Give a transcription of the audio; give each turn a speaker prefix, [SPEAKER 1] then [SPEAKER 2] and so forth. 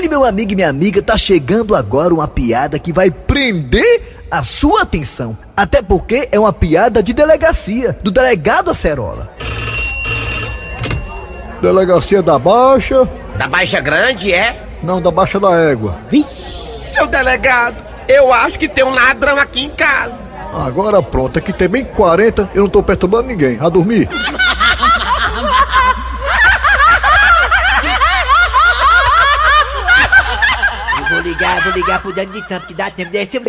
[SPEAKER 1] E meu amigo e minha amiga, tá chegando agora uma piada que vai prender a sua atenção. Até porque é uma piada de delegacia, do delegado Acerola.
[SPEAKER 2] Delegacia da Baixa,
[SPEAKER 3] Da Baixa Grande, é?
[SPEAKER 2] não da Baixa da Égua.
[SPEAKER 3] Seu delegado, eu acho que tem um ladrão aqui em casa.
[SPEAKER 2] Agora pronto, aqui tem bem 40, eu não tô perturbando ninguém. A dormir.
[SPEAKER 4] Eu vou ligar, vou ligar pro Dani de Trump, que dá tempo. Deixa eu